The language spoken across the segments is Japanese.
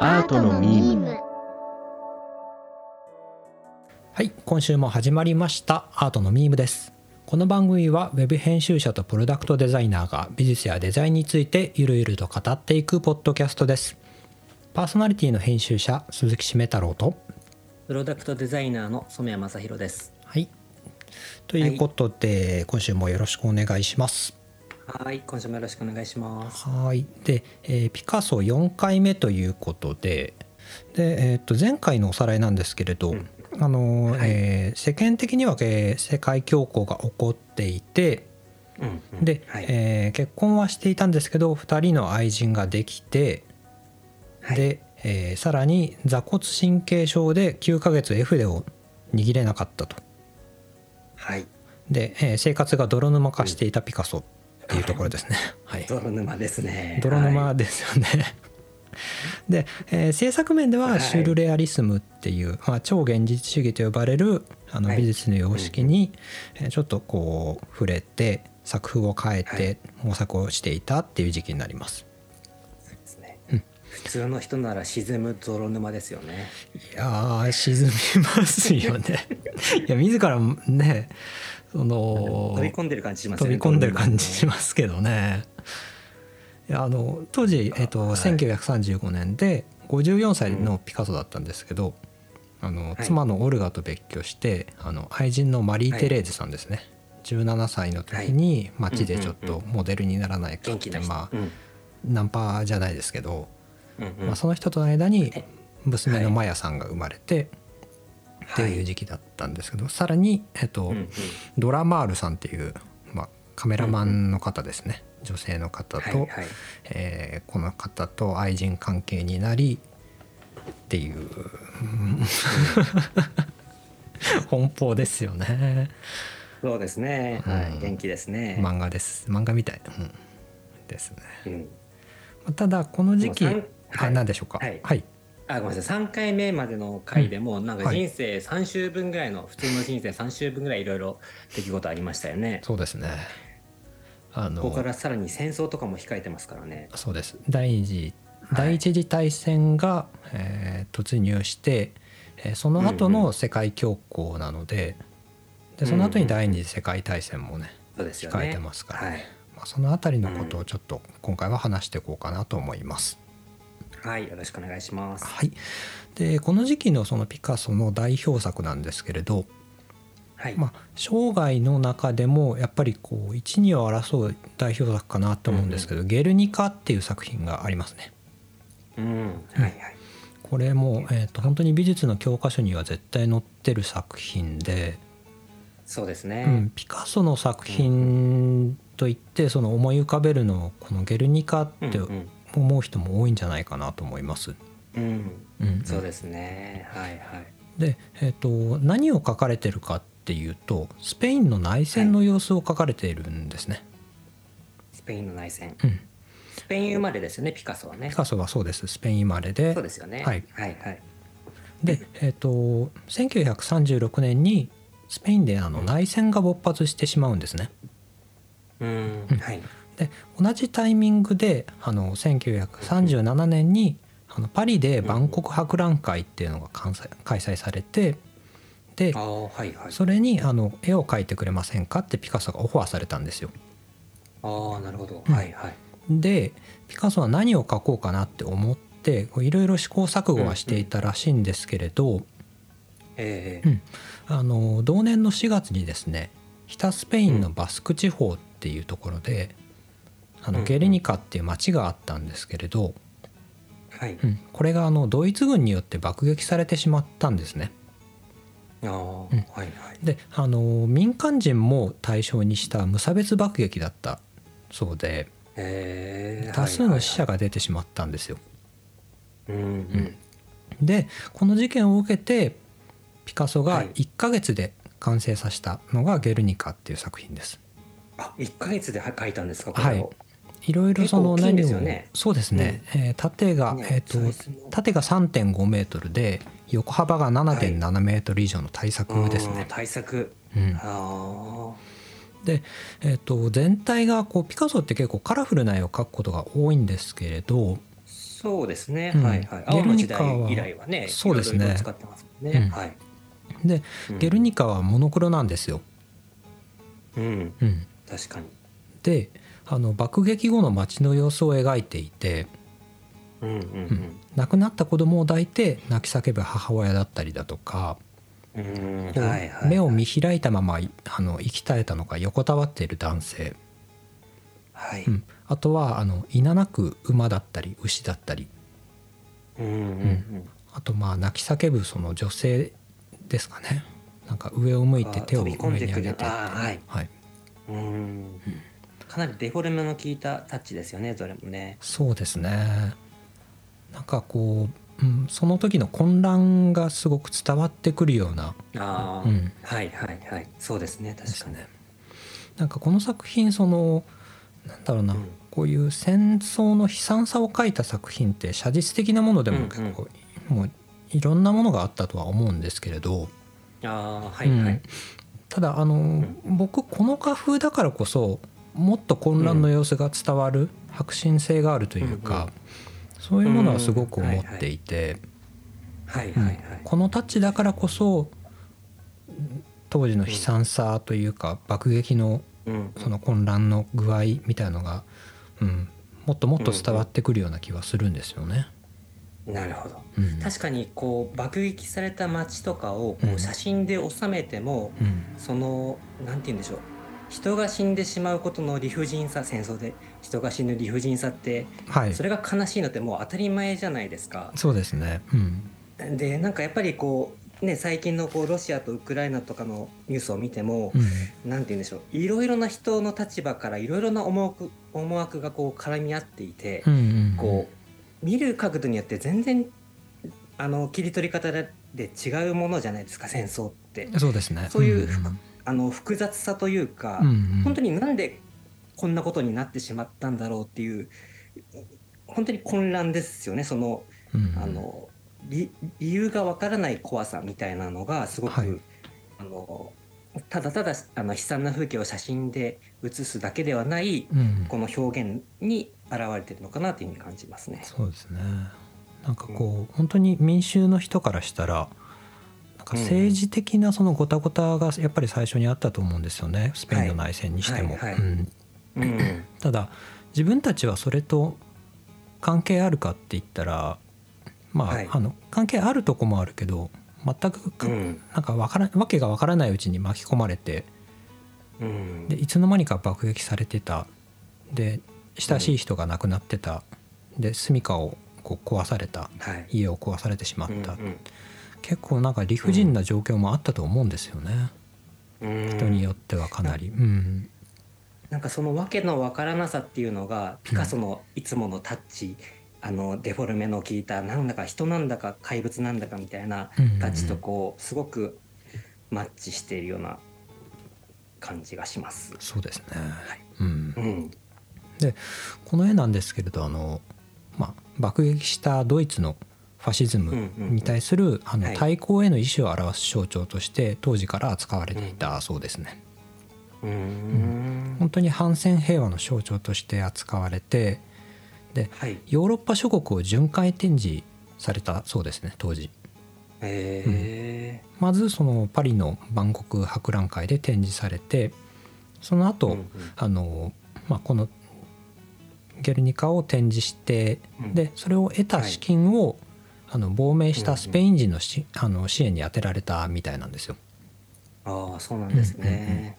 アートのミームはい、今週も始まりましたアートのミームです。この番組はウェブ編集者とプロダクトデザイナーが美術やデザインについてゆるゆると語っていくポッドキャストです。パーソナリティの編集者鈴木しめ太郎とプロダクトデザイナーの染谷正宏です。はい。ということで、今週もよろしくお願いします。はい、今週もよろしくお願いします。はい。で、えーピカソ4回目ということで、で、えーっと前回のおさらいなんですけれど、あのーえー世間的には、えー世界恐慌が起こっていて、うん、で、はいえー結婚はしていたんですけど2人の愛人ができて、はいで、えーさらに座骨神経症で9ヶ月絵筆を握れなかったとはい、で、えー生活が泥沼化していたピカソっていうところですね、 はい、泥沼ですね。泥は沼いですよね、で、えー制作面ではシュルレアリスムっていう、まあ、超現実主義と呼ばれるあのはい美術の様式にえーちょっとこう触れて作風を変えて模索をしていたっていう時期になります。ですね普通の人なら沈む泥沼ですよね。いやー沈みますよ ね。いや自らもねその飛び込んでる感じします飛よね。び込んでる感じしまますけどね。いやあの当時、えっとはい1935年で54歳のピカソだったんですけど、あのはい妻のオルガと別居してあの愛人のマリー・テレーズさんですね、17歳の時に街でちょっとモデルにならないかっ元気て、な人。まあうん、ナンパじゃないですけど、うんうんまあ、その人との間にはい娘のマヤさんが生まれてっていう時期だったんですけど、さらに、えっとうんうんドラマールさんっていう、まあ、カメラマンの方ですね、女性の方と、はいはいえーこの方と愛人関係になりっていう 奔放ですよねそうですね。はうんい、元気ですね。漫画です漫画みたい、うん、ですねうんまあただこの時期、でもさあんはい何でしょうかはいはい、あごめんなさい3回目までの回でもなんかはい人生3週分ぐらいの普通の人生3週分ぐらいいろいろ出来事ありましたよね。そうですねあのここからさらに戦争とかも控えてますからね。そうです第二次、い第一次大戦が、えー突入して、えーその後うんうの世界恐慌なので,、でその後に第二次世界大戦もね、そうですよね。控えてますから、はい。まあ、その辺りのことをちょっと今回は話していこうかなと思います。はい、よろしくお願いします。はい、でこの時期のそのピカソの代表作なんですけれど、はい。まあ、生涯の中でもやっぱりこう一二を争う代表作かなと思うんですけど「ゲルニカ」っていう作品がありますね。うん、はいはい。これも、えー、と本当に美術の教科書には絶対載ってる作品で、そうですうね。ん、ピカソの作品といってその思い浮かべるのをこの「ゲルニカ」っうんてうん思う人も多いんじゃないかなと思います。うん、うんそうですね。はいはい。で、えー、と何を書かれてるかっていうとスペインの内戦の様子を書かれているんですね。スペインの内戦。うん、スペイン生まれですよね、ピカソはね。ピカソはそうですスペイン生まれでそうですよね。はいはいはい。で、えー、と1936年にスペインであの内戦が勃発してしまうんですね。うん、はい。で同じタイミングであの1937年にあのパリで万国博覧会っていうのが開催開催されてでああ、はいはい。それにあの絵を描いてくれませんかってピカソがオファーされたんですよ。ああ、なるほど。うんはいはい。でピカソは何を描こうかなって思ってこういろいろ試行錯誤はしていたらしいんですけれどえうえんあの同年の4月にですね北スペインのバスク地方っていうところであうのんゲルニカっていう町があったんですけれど、はい。うん、これがあのドイツ軍によって爆撃されてしまったんですね。ああ、はいはい。であの民間人も対象にした無差別爆撃だったそうでええ多数の死者が。が出てしまったんですよ。うんうん。でこの事件を受けてピカソはがい1ヶ月で完成させたのが「ゲルニカ」っていう作品です。あ、一ヶ月で描いたんですか、これを。いろいろその結構大きいん何でをすよねそうですね、えー縦が、ねえー、とサイズの縦が3.5メートルで横幅が7.7メートル以上の大作ですうんね。対策。うんあで、えー、と全体がこうピカソって結構カラフルな絵を描くことが多いんですけれど、あ、そうですね、うんはいはい。ゲ青ルのニ時カ代は以来はね、そうですねいろいろ使ってますもんね。うんはい。でうんゲルニカはモノクロなんですよ、うん、うん、確かに。であの爆撃後の街の様子を描いていてうんうん亡くなった子供を抱いて泣き叫ぶ母親だったりだとか、うん。うんこうはいはい。目を見開いたままいあの息絶えたのが横たわっている男性、はい。ううんん、あとはあのいななく馬だったり牛だったりうんうん。あとまあ泣き叫ぶその女性ですかねなんか上を向いて手をあ上飛にび込ん上でげくるてってあーはいはい、うん。かなりデフォルメの効いたタッチですよね、どれもね。そうですねなんかこう、うん、その時の混乱がすごく伝わってくるようなああ、うんはいはいはい。そうですね、確かに。なんかこの作品そのなんだろうな、うんこういう戦争の悲惨さを描いた作品って写実的なものでも結構、もういろんなものがあったとは思うんですけれど、ああ、はいはうんい。ただあの、僕この画風だからこそもっと混乱の様子が伝わる、迫真性があるというか、そういうものはすごく思っていて、はいはいはい。このタッチだからこそ当時の悲惨さというか、爆撃のうん。その混乱の具合みたいのが、うん、もっともっと伝わってくるような気はするんですよね。なるほど。うん確かにこう爆撃された街とかをこうんう写真で収めても、うんそのなんて言うんでしょう人が死んでしまうことの理不尽さ戦争で人が死ぬ理不尽さってはいそれが悲しいのってもう当たり前じゃないですか。そうですね、うんでなんかやっぱりこうね最近のこうロシアとウクライナとかのニュースを見ても、うんなんて言うんでしょういろいろな人の立場からいろいろな思惑思惑がこう絡み合っていて。うんうんこう見る角度によって全然あの切り取り方で違うものじゃないですか戦争ってそうですねそういううんあの複雑さというか、うん本当になんでこんなことになってしまったんだろうっていう本当に混乱ですよねそのうんあの理理由がわからない怖さみたいなのがすごく、はいあのただただあの悲惨な風景を写真で写すだけではないうんこの表現に現れてるのかなというふうに感じますね。そうですねなんかこう本当に民衆の人からしたらなんか政治的なそのごたごたがやっぱり最初にあったと思うんですよねスペインの内戦にしても。はいはいうんうんただ自分たちはそれと関係あるかって言ったらまあ,、はいあの関係あるとこもあるけど全くか、うんなんかわからわけがわからないうちに巻き込まれてうんでいつの間にか爆撃されてたで親しい人が亡くなってた、で住処をこう壊されたはい家を壊されてしまっうんた、結構なんか理不尽な状況もあったと思うんですよね、うん人によってはかなり。うんなんかその訳のわからなさっていうのがピカソのいつものタッチ、あのデフォルメの効いたなんだか人なんだか怪物なんだかみたいなうんタッチとこうすごくマッチしているような感じがします。そうですね、うんうん、この絵なんですけれどあの、まあ、爆撃したドイツのファシズムに対する、あはのい対抗への意思を表す象徴として当時から扱われていたそうですね。うーん本当に反戦平和の象徴として扱われてはい、ヨーロッパ諸国を巡回展示されたそうですね当時。えまずそのパリの万国博覧会で展示されてその後、ーうんうんあのまあ、この「ゲルニカ」を展示してうんでそれを得た資金を、あの亡命したスペイン人のし、あの支援に充てられたみたいなんですよ。ああそうなんですね。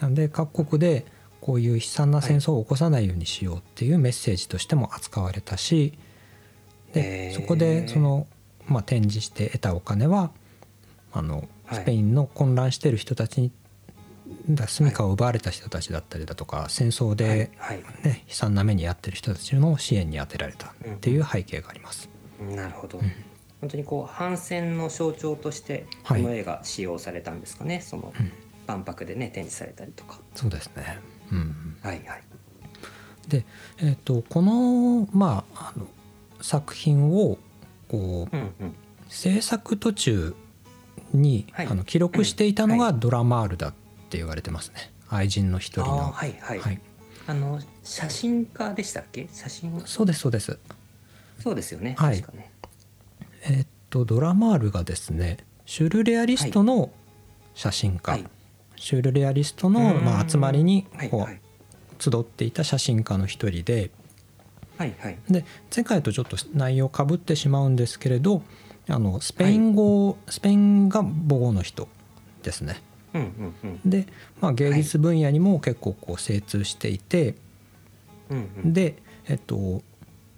なので各国でこういう悲惨な戦争を起こさないようにしようっていうメッセージとしても扱われたしへでーそこでその、まあ、展示して得たお金はあのはいスペインの混乱してる人たちにだ住処を奪われた人たちだったりだとか戦争ではい、はね、悲惨な目に遭ってる人たちの支援に充てられたっていう背景があります。い、なるほど。本当にこう反戦の象徴としてこはいの絵が使用されたんですかね、その万博でね展示されたりとかそうですね、うん、はいはいで、えー、とこの,、まあ、あの作品をこううんうん制作途中に、はいあの記録していたのはがドラマールだって言われてますね愛人の一人あの、あはいはい、はい、あの写真家でしたっけ写真そうですそうですそうですよね、はい確かねえっとドラマールがですねシュルレアリストの写真家、はいシュルレアリストの、うんまあ、集まりにはいこはいう集っていた写真家の一人ではいはいで前回とちょっと内容かぶってしまうんですけれどあのスペイン語、スペインが母語の人ですね。うんうんうんで、まあ、芸術分野にも結構こう精通していて、うんうんでえっと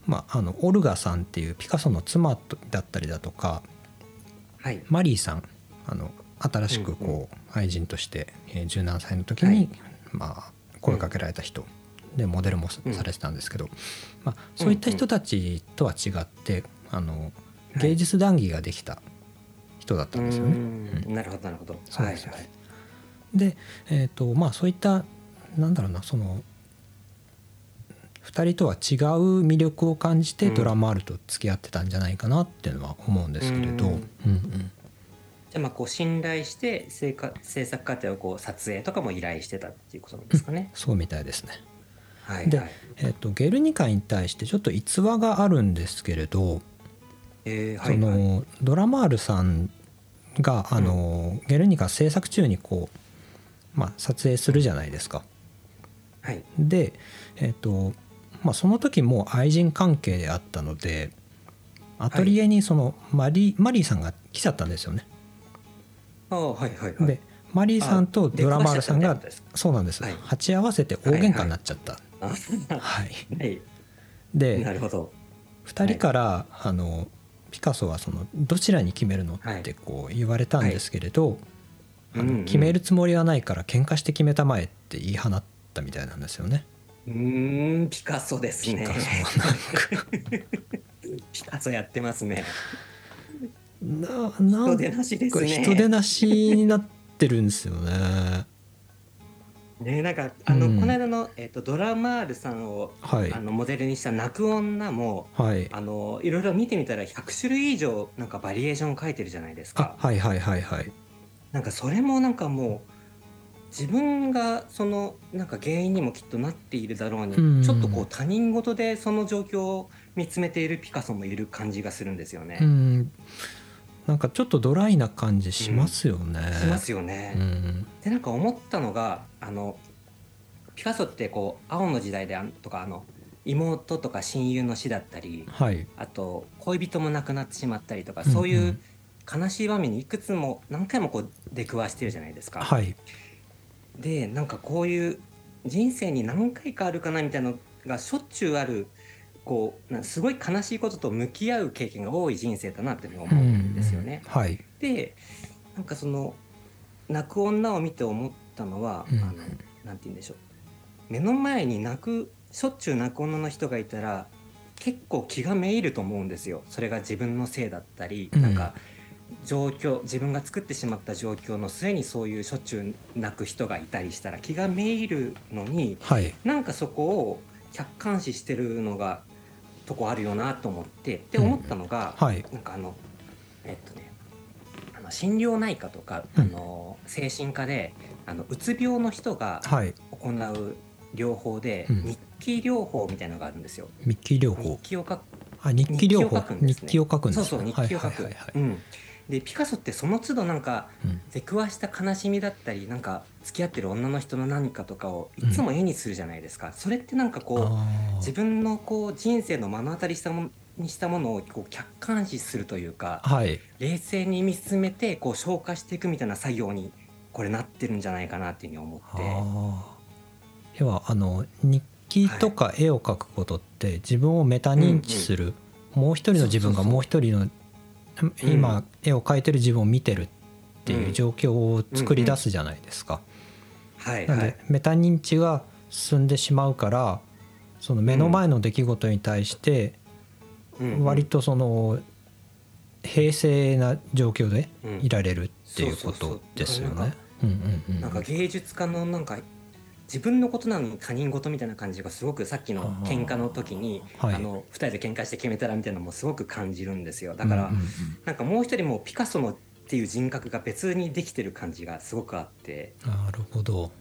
まああのオルガさんっていうピカソの妻とだったりだとかはいマリーさんあの新しくうんうこう愛人として、えー17歳の時に、はいまあ、声かけられた人、でモデルもさうんされてたんですけど、まあ、そういった人たちとは違って、あの芸術談義ができた人だったんですよね。うんなるほどなるほどそうはでいすよねはいで、えーとまあ、そういったなんだろうなその2人とは違う魅力を感じてうんドラマールと付き合ってたんじゃないかなっていうのは思うんですけれど、うんうんうんじゃあまあこう信頼して制作制作過程をこう撮影とかも依頼してたっていうことなんですかね。そうみたいですね。はいではい。えっとゲルニカに対してちょっと逸話があるんですけれど、えー、はいそはい。のドラマールさんがあの、ゲルニカ制作中にこう、まあ、撮影するじゃないですか。はい。で、えっとまあ、その時もう愛人関係であったのでアトリエにそのマリ,、マリーさんが来ちゃったんですよね。ああはいはいはい。 でマリーさんとあドラマールさん出くがわしちゃったってことですかそうなんです、はい鉢合わせて大喧嘩になっちゃった。はいあはい。でなるほど。 2人から、あのピカソはそのどちらに決めるのはっいてこう言われたんですけれど、あうんうのん決めるつもりはないから喧嘩して決めたまえって言い放ったみたいなんですよね。うーんピカソですピねカ。ソは ピカソやってますね。ななな人ん出なしですこれね。人出なしになってるんですよ ね。ねなんかあの、うんこの間のえっ、とドラマールさんをはいあのモデルにした泣く女も。はいあのいろいろ見てみたら100種類以上なんかバリエーション書いてるじゃないですあか。はいはいはいはいなんかそれもなんかもう自分がそのなんか原因にもきっとなっているだろうに、うんちょっとこう他人事でその状況を見つめているピカソもいる感じがするんですよね。うんなんかちょっとドライな感じしますよね。しますよね。うんでなんか思ったのがあのピカソってこう青の時代であんとかあの妹とか親友の死だったりはいあと恋人も亡くなってしまったりとかうんうんそういう悲しい場面にいくつも何回もこう出くわしてるじゃないですか。はいでなんかこういう人生に何回かあるかなみたいなのがしょっちゅうあるこうなんすごい悲しいことと向き合う経験が多い人生だなって思うんですよね。うんはいでなんかその泣く女を見て思ったのは、うんあのなんて言うんでしょう目の前に泣くしょっちゅう泣く女の人がいたら結構気がめいると思うんですよそれが自分のせいだったり、うんなんか状況自分が作ってしまった状況の末にそういうしょっちゅう泣く人がいたりしたら気がめいるのにはいなんかそこを客観視してるのがとこあるよなと思ってって思ったのが、はいなんかあのえっとねあの心療内科とか、うんあの精神科であのうつ病の人がはい行う療法で、うん日記療法みたいなのがあるんですよ。日記療日法記を書くあ日記療日記を書法くんで日すね記を書くんですそねうそう日記を書く。はいはいはいはいうんでピカソってその都度なんかうん出くわした悲しみだったりなんか付き合ってる女の人の何かとかをいつも絵にするじゃないですか、それってなんかこうあ自ー分のこう人生の目の当たりしたものにしたものをこう客観視するというかはい冷静に見つめてこう消化していくみたいな作業にこれなってるんじゃないかなっていうふうに思っあー要はあの日記とか絵を描くことって自分をメタ認知する、もう一人の自分がそうそうそうもう一人のうん今絵を描いてる自分を見てるっていう状況を作り出すじゃないですか。てはいなはのいでメタ認知が進んでしまうからその目の前の出来事に対してうんうん割とその平静な状況でうんいられるっていうこそうそとうそうですよだからね。うんうんうんなんか芸術家のなんか自分のことなのに他人事みたいな感じがすごくさっきの喧嘩の時にあーはいあの2人で喧嘩して決めたらみたいなのもすごく感じるんですよだからうんうんうんなんかもう一人もうピカソのっていう人格が別にできてる感じがすごくあってなるほど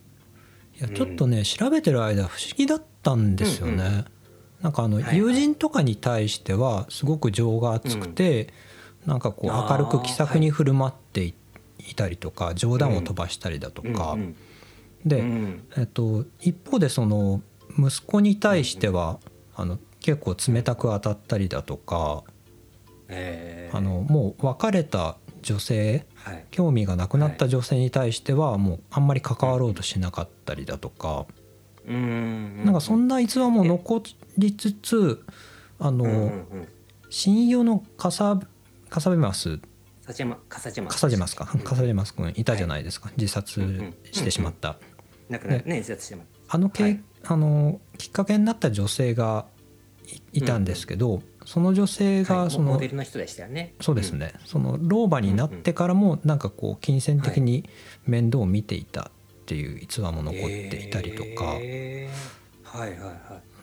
いやうんちょっとね、調べてる間不思議だったんですよね、うんうんなんかあのはいはい友人とかに対してはすごく情が厚くて、なんかこあうー明るく気さくに振る舞っていいたりとか冗談を飛ばしたりだとか、うんうんうで、んえっと、一方でその息子に対してはあの結構冷たく当たったりだとかえーあのもう別れた女性はい興味がなくなった女性に対してはもうあんまり関わろうとしなかったりだとか。うんなんかそんな逸話も残りつつあの、うんうんうん親友のカサカサベマス笠島笠島カサジマスかうんカサジマス君いたじゃないですか、自殺してしまった、なくなね自殺してますあのけ、はいあのきっかけになった女性がいいたんですけど、その女性はがいそモの、モデルの人でしたよねそうですね、その老婆になってからもなんかこう金銭的に面倒を見ていたっていう逸話もうん残っていたりとか、えーはいはいはい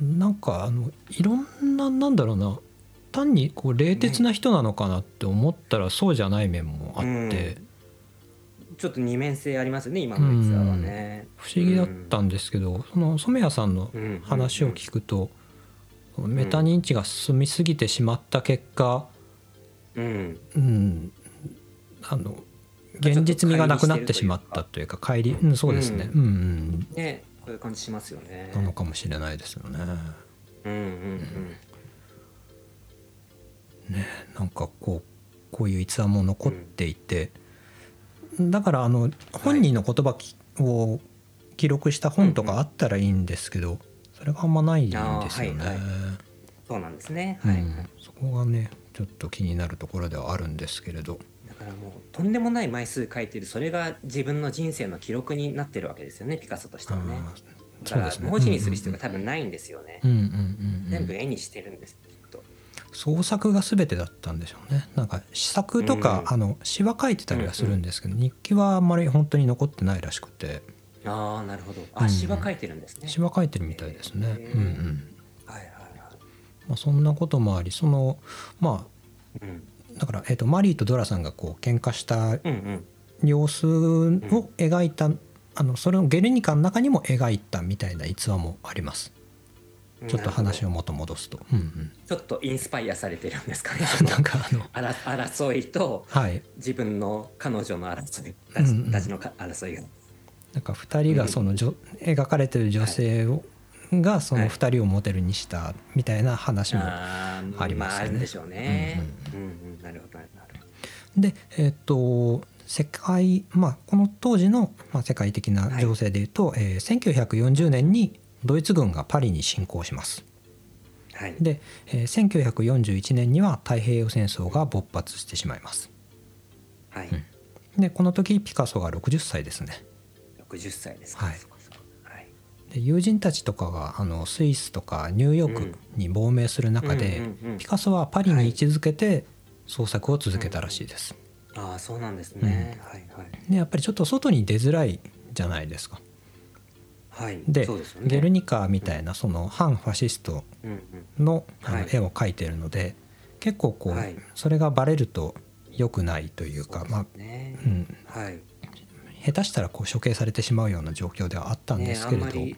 なんかあのいろんななんだろうな単にこう冷徹な人なのかなって思ったらそうじゃない面もあって、うんちょっと二面性ありますね今の逸話はね不思議だったんですけど、その染谷さんのうん話を聞くと、そのメタ認知が進みすぎてしまった結果、うんうん、あの現実味がなくなってしまったというか乖離、うん、そうですね、ううんうんねこういう感じしますよねなのかもしれないですよね。うんうんうんなんかこうこういう逸話も残っていて、だからあの本人の言葉きを記録した本とかあったらいいんですけど、それがあんまないんですよね。あーはいそうなんですねうはいんそこがねちょっと気になるところではあるんですけれど、だからもうとんでもない枚数書いてるそれが自分の人生の記録になってるわけですよねピカソとしてはあねーだそかうでらすね。文字にする必要が多分ないんですよねうんうんうんうんう全部ん、絵にしてるんですきっと創作が全てだったんでしょうねなんか詩作とか、うんあの詩は書いてたりはするんですけど、日記はあんまり本当に残ってないらしくてああなるほどうあん詩は書いてるんですね詩は書いてるみたいですね。へーうんうんはいはいまあ、そんなこともありそのまはいうんあだから、えー、とマリーとドラさんがこう喧嘩したうんうん様子を描いた、あのそれを「ゲルニカ」の中にも描いたみたいな逸話もありますうんちょっと話なるを元戻すと、うん ほどちょっとインスパイアされてるんですかねうん、 なんかあのあら争いとはい自分の彼女の争いたち,、うんうんたちのか争いがなんか2人がその女描かれてる女性を、がその2人をモデルにしたみたいな話も、あーありますよねああるんでしょうね、うんうんなるほどなるほでえっ、と世界まあこの当時の、まあ、世界的な情勢でいうと、えー1940年にドイツ軍がパリに侵攻しますどはいで、えー1941年には太平洋戦争が勃発してしまいますはい、うんでこの時ピカソが60歳ですね60歳ですか、はいそこそこはいで友人たちとかがあのスイスとかニューヨークに亡命する中で、うんうんうんピカソはパリに位置づけて創作を続けたらしいです、ああそうなんですね、はいはいでやっぱりちょっと外に出づらいじゃないですかはいでそうですよ「ゲルニカ」みたいなその反ファシストうんうんのあのはい絵を描いてるので結構こう、はいそれがバレると良くないというそうかでまあすねうん、はい下手したらこう処刑されてしまうような状況ではあったんでねすあけんれど、まり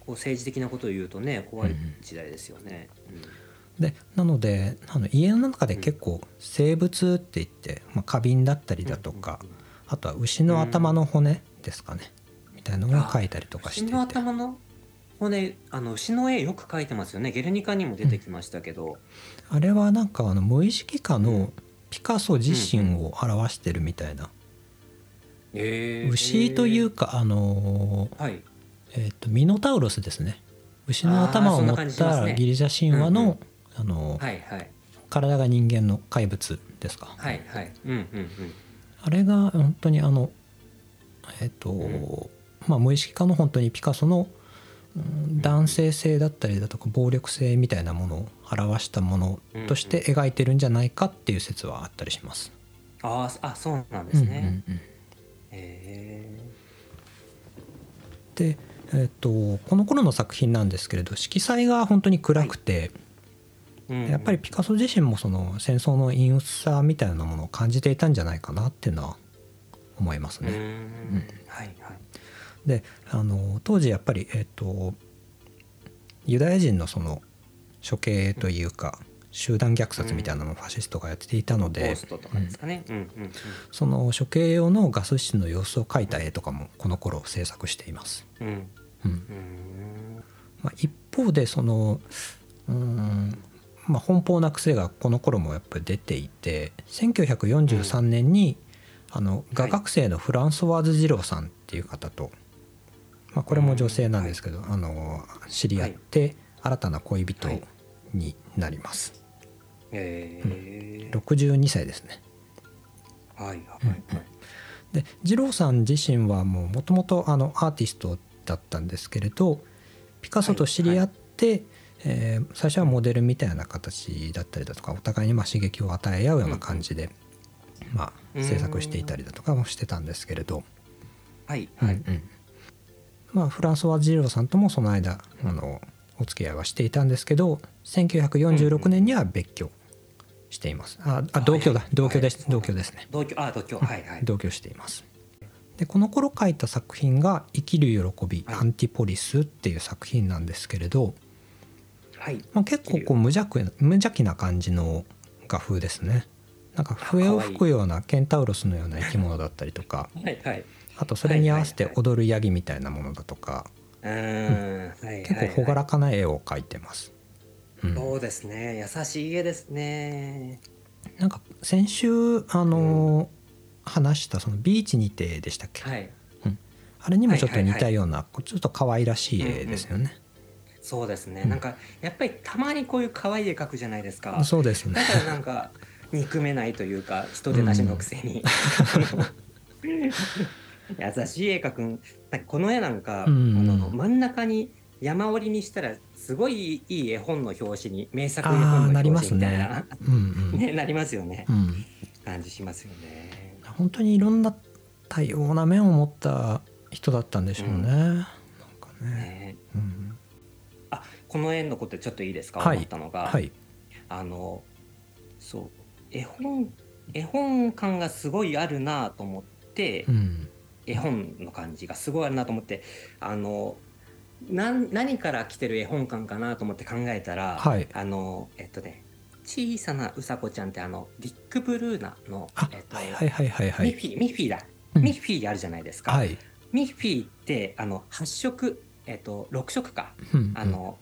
こう政治的なことを言うとね怖いうん時代ですよね、うんでなのであの家の中で結構生物って言って、まあ、花瓶だったりだとか、あとは牛の頭の骨ですかね、みたいなのを描いたりとかしてい牛ての頭の骨あの牛の絵よく描いてますよね「ゲルニカ」にも出てきましたけど、あれはなんかあの無意識下のピカソ自身を表してるみたいな、えー牛というかあのーはいえーとミノタウロスですね牛の頭あーをそん持な感っじしますたねギリシャ神話うんうのんあのーはいはい体が人間の怪物ですかはいはいうんうんうんあれが本当にあのえっ、と、んまあ無意識化の本当にピカソのうん男性性だったりだとか暴力性みたいなものを表したものとして描いてるんじゃないかっていう説はあったりします。あーあそうなんですね、うんうんうんえで、えっとこの頃の作品なんですけれど色彩が本当に暗くて、ーうんうんやっぱりピカソ自身もその戦争の陰鬱さみたいなものを感じていたんじゃないかなっていうのは思いますうね。ーんはいはいであの当時やっぱり、えっとユダヤ人のその処刑というか集団虐殺みたいなのをファシストがやっていたのゴーでストとかですかね。うんうんその処刑用のガス室の様子を描いた絵とかもこの頃制作しています。うんううんんうんまあ、一方でそのうーん、まあ、奔放な癖がこの頃もやっぱり出ていて1943年に、あの画学生のフランソワーズ・ジローさんっていう方と、まあ、これも女性なんですけど、あの知り合って新たな恋人になります、えー62歳ですねはいはいはい。で二郎さん自身はもうもともとあのアーティストだったんですけれどピカソと知り合って、えー最初はモデルみたいな形だったりだとかお互いにまあ刺激を与え合うような感じで、まあ、制作していたりだとかもしてたんですけれど、はいうんはい。うんまあ、フランソワ・ジローさんともその間あのお付き合いはしていたんですけど1946年には別居しています。ああ同居だ同居です同居ですね。同居あ同居はいはい。同居しています。でこの頃書いた作品が「生きる喜びはいアンティポリス」っていう作品なんですけれど、はい。まあ、結構こう無邪気無邪気な感じの画風ですね。なんか笛を吹くようなケンタウロスのような生き物だったりとかはいはい。あとそれに合わせて踊るヤギみたいなものだとかうーんはい結はいはい構朗らかな絵を描いてます。うんそうですね優しい家ですね。なんか先週あのー話したその「ビーチにて」でしたっけ、はい。あれにもちょっと似はいはいたはいようなこうちょっと可愛らしい絵ですよね。そうですね、うんなんかやっぱりたまにこういう可愛い絵描くじゃないですかそうですねだからなんか憎めないというか人手なしのくせに、優しい絵描くんなんかこの絵なんか、うんあの真ん中に山折りにしたらすごいいい絵本の表紙に名作絵ああ本なのりま表す紙みたねいな。うんうん ねなりますよね、うん、感じしますよね本当にいろんな多様な面を持った人だったんでしょうね。うんなんかね。ねうん、あこの絵のことちょっといいですか、はい思ったのが、はい。あのそう絵本絵本感がすごいあるなと思って、うん。絵本の感じがすごいあるなと思ってあのなん何から来てる絵本感かなと思って考えたら、はいあのえっとね「小さなうさこちゃん」ってあのディック・ブルーナの、あ、えっとはいはいはいはいはミッい。フィーミッフィーだ、うんミッフィーあるじゃないですか、はい。ミッフィーってあの8色、えっと、6色かうんうんあの、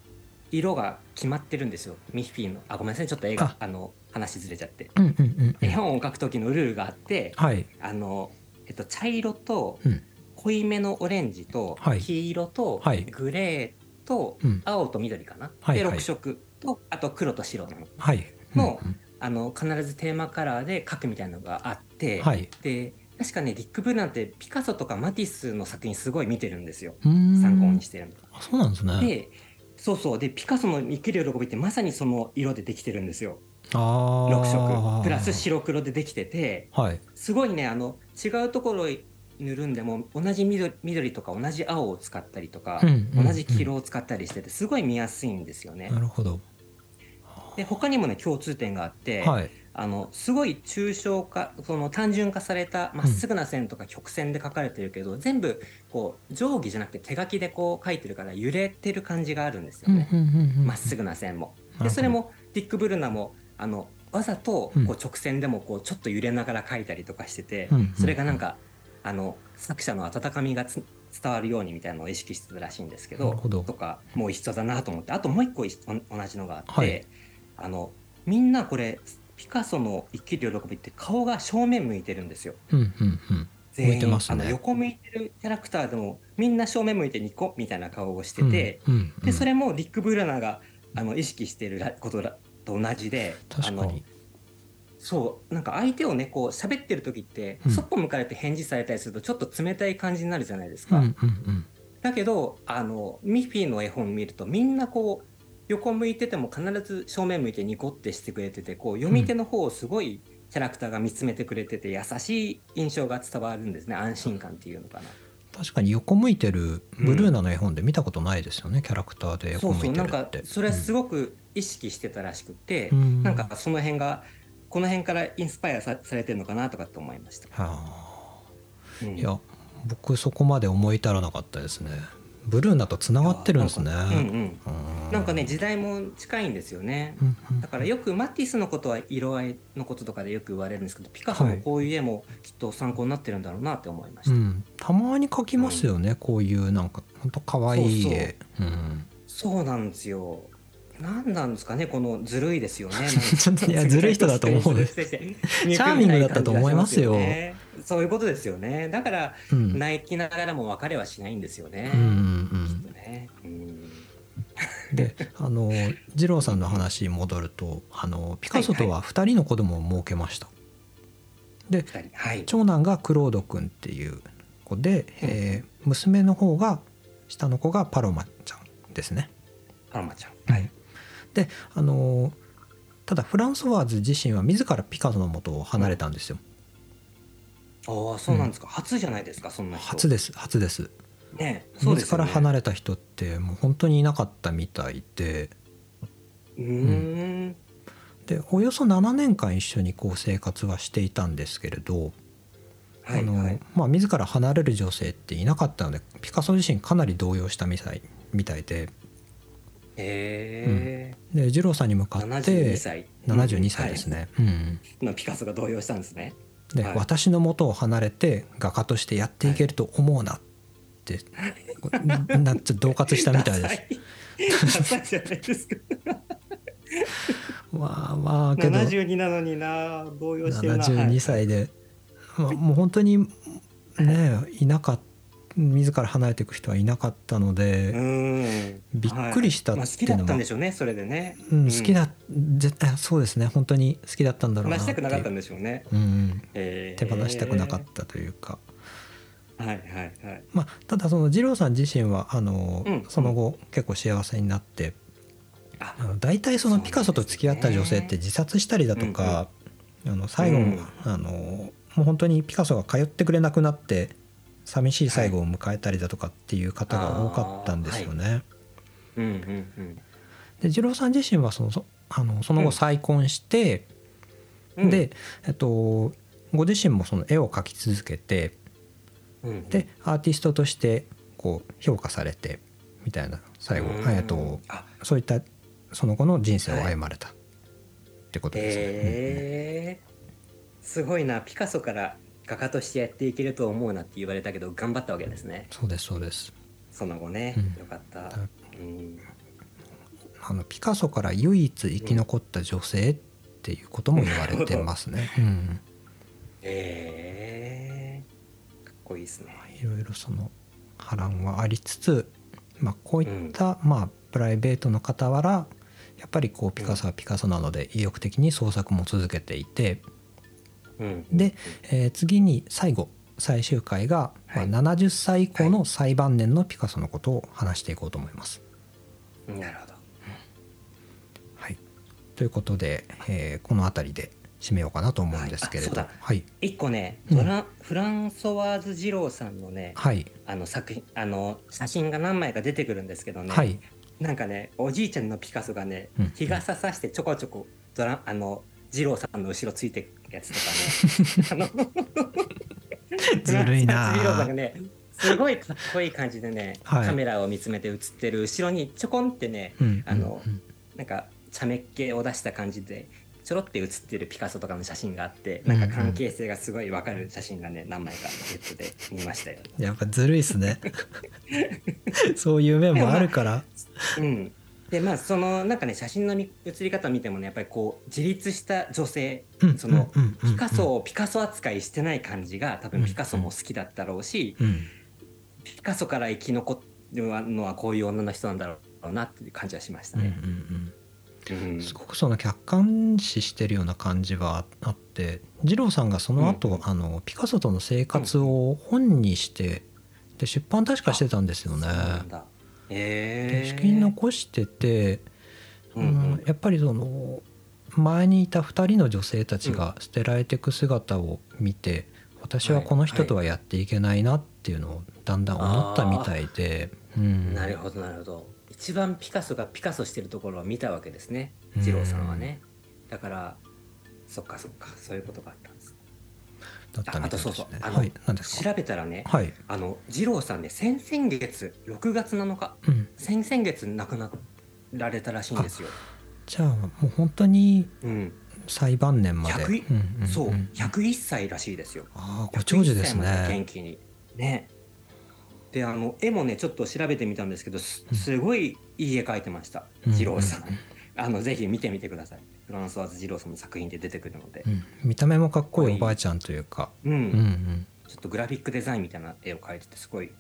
色が決まってるんですよミッフィーのあごめんなさいちょっと映画ああの話ずれちゃってうんうんうんう絵ん。本を描く時のルールがあってはい。あの、えっと、茶色とうん濃いめのオレンジとはい黄色とはいグレーとうん青と緑かな、はいではい6色とあと黒と白なのはい。のうんあの必ずテーマカラーで描くみたいなのがあって、うんはい。で確かねディック・ブルーナってピカソとかマティスの作品すごい見てるんですよ参参考にしてるの。あ、そうなんですね。でそうそうでピカソの「生きる喜び」ってまさにその色でできてるんですよああ。 6色プラス。白黒でできててはい。すごいねあの違うところ塗るんでも同じ緑緑とか同じ青を使ったりとか、うんうん同じ黄色を使ったりしててすごい見やすいんですよね。なるほど。で他にもね共通点があって、はい。あのすごい抽象化その単純化されたまっすぐな線とか曲線で書かれてるけど、全部こう定規じゃなくて手書きでこう書いてるから揺れてる感じがあるんですよね。まっすぐな線なも。るほでどそれもディック・ブルナもあのわざとうんこう直線でもこうちょっと揺れながら描いたりとかしてて、うんうんそれがなんかあの作者の温かみがつ伝わるようにみたいなのを意識してたらしいんですけなどるほどとかもう一緒だなと思ってあともう一個いお同じのがあって、はいあのみんなこれピカソの「生きる喜び」って顔が正面向いてるんですよ。うんうんうん。全員向いてますねあの横向いてるキャラクターでもみんな正面向いてニコみたいな顔をしてて、うんうんうんでそれもディック・ブルーナーがあの意識しているらことらと同じで確かあのに。そうなんか相手をねこう喋ってる時って、うんそっぽ向かれて返事されたりするとちょっと冷たい感じになるじゃないですうんか、うんうん。だけどあのミッフィーの絵本見るとみんなこう横向いてても必ず正面向いてニコってしてくれててこう読み手の方をすごいキャラクターが見つめてくれてて優しい印象が伝わるんですね安心感っていうのかな。確かに横向いてるブルーナの絵本で見たことないですよね、キャラクターで横そう向いそてうるなんっかてそれはすごく意識してたらしくて、うんなんかその辺がこの辺からインスパイアさされてるのかなとかって思いました、はあうんいや僕そこまで思い至らなかったですねブルーナとつながってるんですね。うんうん、うんなんかね時代も近いんですよねうんうんだからよくマティスのことは色合いのこととかでよく言われるんですけどピカソはのいこういう絵もきっと参考になってるんだろうなって思いましうた、ん、たまに描きますよね、こういうなんかほんと可愛い絵うんそうなんですよ何なんですかねこのずるい ですよねちょっといやずるい人だと思うですチ ャチャーミングだったと思いますよそういうことですよねだからうんうん泣きながらも別れはしないんですよね、うんきっうとね、うんんであの二郎さんの話に戻るとあのピカソとは2人の子供を設けました、二人はい長男がクロード君っていう子で、えー娘の方が下の子がパロマちゃんですねパロマちゃんはい、であのーただフランソワーズ自身は自らピカソの元を離れたんですよ、ああそうなんですか、初じゃないですかそんな人初です初ですねそうで自すよらね離れた人ってもう本当にいなかったみたいでうーんでおよそ7年間一緒にこう生活はしていたんですけれど、はいあのはいまあ、自ら離れる女性っていなかったのでピカソ自身かなり動揺したみたいみたいでへえで二郎さんに向かっ72て歳72歳ですね、うん、はいのピカソが動揺したんですねで、はい私の元を離れて画家としてやっていけると思うなって、 こうななちょっと恫喝したみたいでダサす。いダサいじゃないで すかまあまあけど72なのにな動揺してるな72歳で、まあ、もう本当にねいなかった自ら離れていく人はいなかったのうで、ーんびっくりしたはいまあ、っ好ていきうのだはったんでしょうねそれでねうん、好きだ、絶対そうですね本当に好きだったんだろうな話しってたいくなかったんう、でしょうねうん、え手ー放したくなかったというか。はいはいはいまあ、ただその二郎さん自身はあの、うんその後結構幸せになってああの大体そのピカソと付き合った女性って自殺したりだとか、あの最後も,、うんあのもう本当にピカソが通ってくれなくなって寂しい最後を迎えたりだとかっていう方が多かったんですよね。うんうんで二郎さん自身はそのそあのその後再婚して、うんうん、で、えっと、ご自身もその絵を描き続けてうんうんでアーティストとしてこう評価されてみたいな最後、うんえっと、あそういったその後の人生を歩まれたってことですね。えー、すごいなピカソから画家としてやっていけると思うなって言われたけど頑張ったわけですねそうですそうですその後ね、うんよかった、だうん、あのピカソから唯一生き残った女性っていうことも言われてますね、うん、えー、かっこいいですねいろいろその波乱はありつつ、まあ、こういった、まあ、プライベートの傍らやっぱりこうピカソはピカソなので意欲的に創作も続けていてうんで、えー次に最後最終回が、はいまあ、70歳以降の最晩年のピカソのことを話していこうと思います。なるほどはい、ということで、えーこの辺りで締めようかなと思うんですけれど、ははいあいそう、一個ね、フランフランソワーズ二郎さんのねはい、あの作品あの写真が何枚か出てくるんですけどね、はい、なんかねおじいちゃんのピカソがねうん日傘さしてちょこちょこドラあの二郎さんの後ろついてくやつとかねあの ずるい な二郎さんがねすごいかっこいい感じでね、はいカメラを見つめて写ってる後ろにちょこんってねうんあのうんなんか茶目っ気を出した感じでちょろって写ってるピカソとかの写真があってなんか関係性がすごい分かる写真がね何枚かネットで見ましたよ。うんやっぱずるいです ね。そういう面もあるから、うん、でまあそのなんかね写真の見写り方見てもねやっぱりこう自立した女性うんそのうんうんうんピカソをピカソ扱いしてない感じが多分ピカソも好きだったろうしうん、ピカソから生き残るのはこういう女の人なんだろうなっていう感じはしましたうんうんね。ううんんすごくその客観視してるような感じはあって二郎さんがその後、あのピカソとの生活を本にしてで出版確かしてたんですよね。そうなんだでえ資金残してて、ううんうんん、やっぱりその前にいた2人の女性たちが捨てられていく姿を見て、私はこの人とはやっていけないなっていうのをだんだん思ったみたいで、うん、なるほどなるほど一番ピカソがピカソしてるところを見たわけですねうん二郎さんはねだからそっかそっかそういうことがあったんですだったああみたといそうでそうすね。あの、はい、何ですか。調べたらね、はい、あの二郎さんね先々月6月7日うん、先々月亡くなられたらしいんですよ。じゃあもう本当にうん、最晩年まで、 100いうんんんそう101歳らしいですよ。ああご長寿です101歳までね元気にね。であの絵もねちょっと調べてみたんですけどすすごいいい絵描いてましたうん二郎さんうん。あのぜひ見てみてください。フランソワーズ二郎さんの作品で出てくるのでう、ん、見た目もかっこいいかっこいいおばあちゃんというか、うんうんうん、ちょっとグラフィックデザインみたいな絵を描いててすごい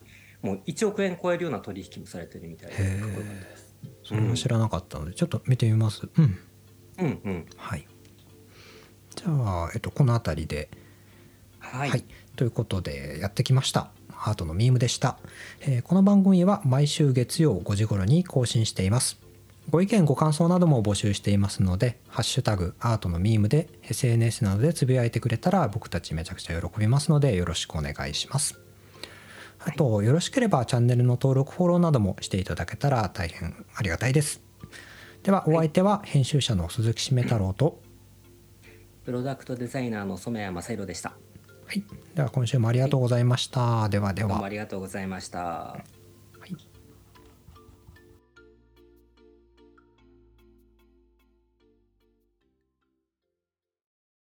もう1億円超えるような取引もされてるみたいへでえかっこよかったです。それは知らなかったので、ちょっと見てみますうんうんうんはいじゃあ、えっと、この辺りではい、はい、ということでやってきましたハートのミームでした、えーこの番組は毎週月曜5時頃に更新していますご意見ご感想なども募集していますので「ハッシュタグアートのミームで」SNS などでつぶやいてくれたら僕たちめちゃくちゃ喜びますのでよろしくお願いしますあと、よろしければチャンネルの登録フォローなどもしていただけたら大変ありがたいですではお相手は編集者の鈴木しめ太郎と、プロダクトデザイナーの染谷正宏でした。はい、では今週もありがとうございました、ではでどうはもありがとうございました。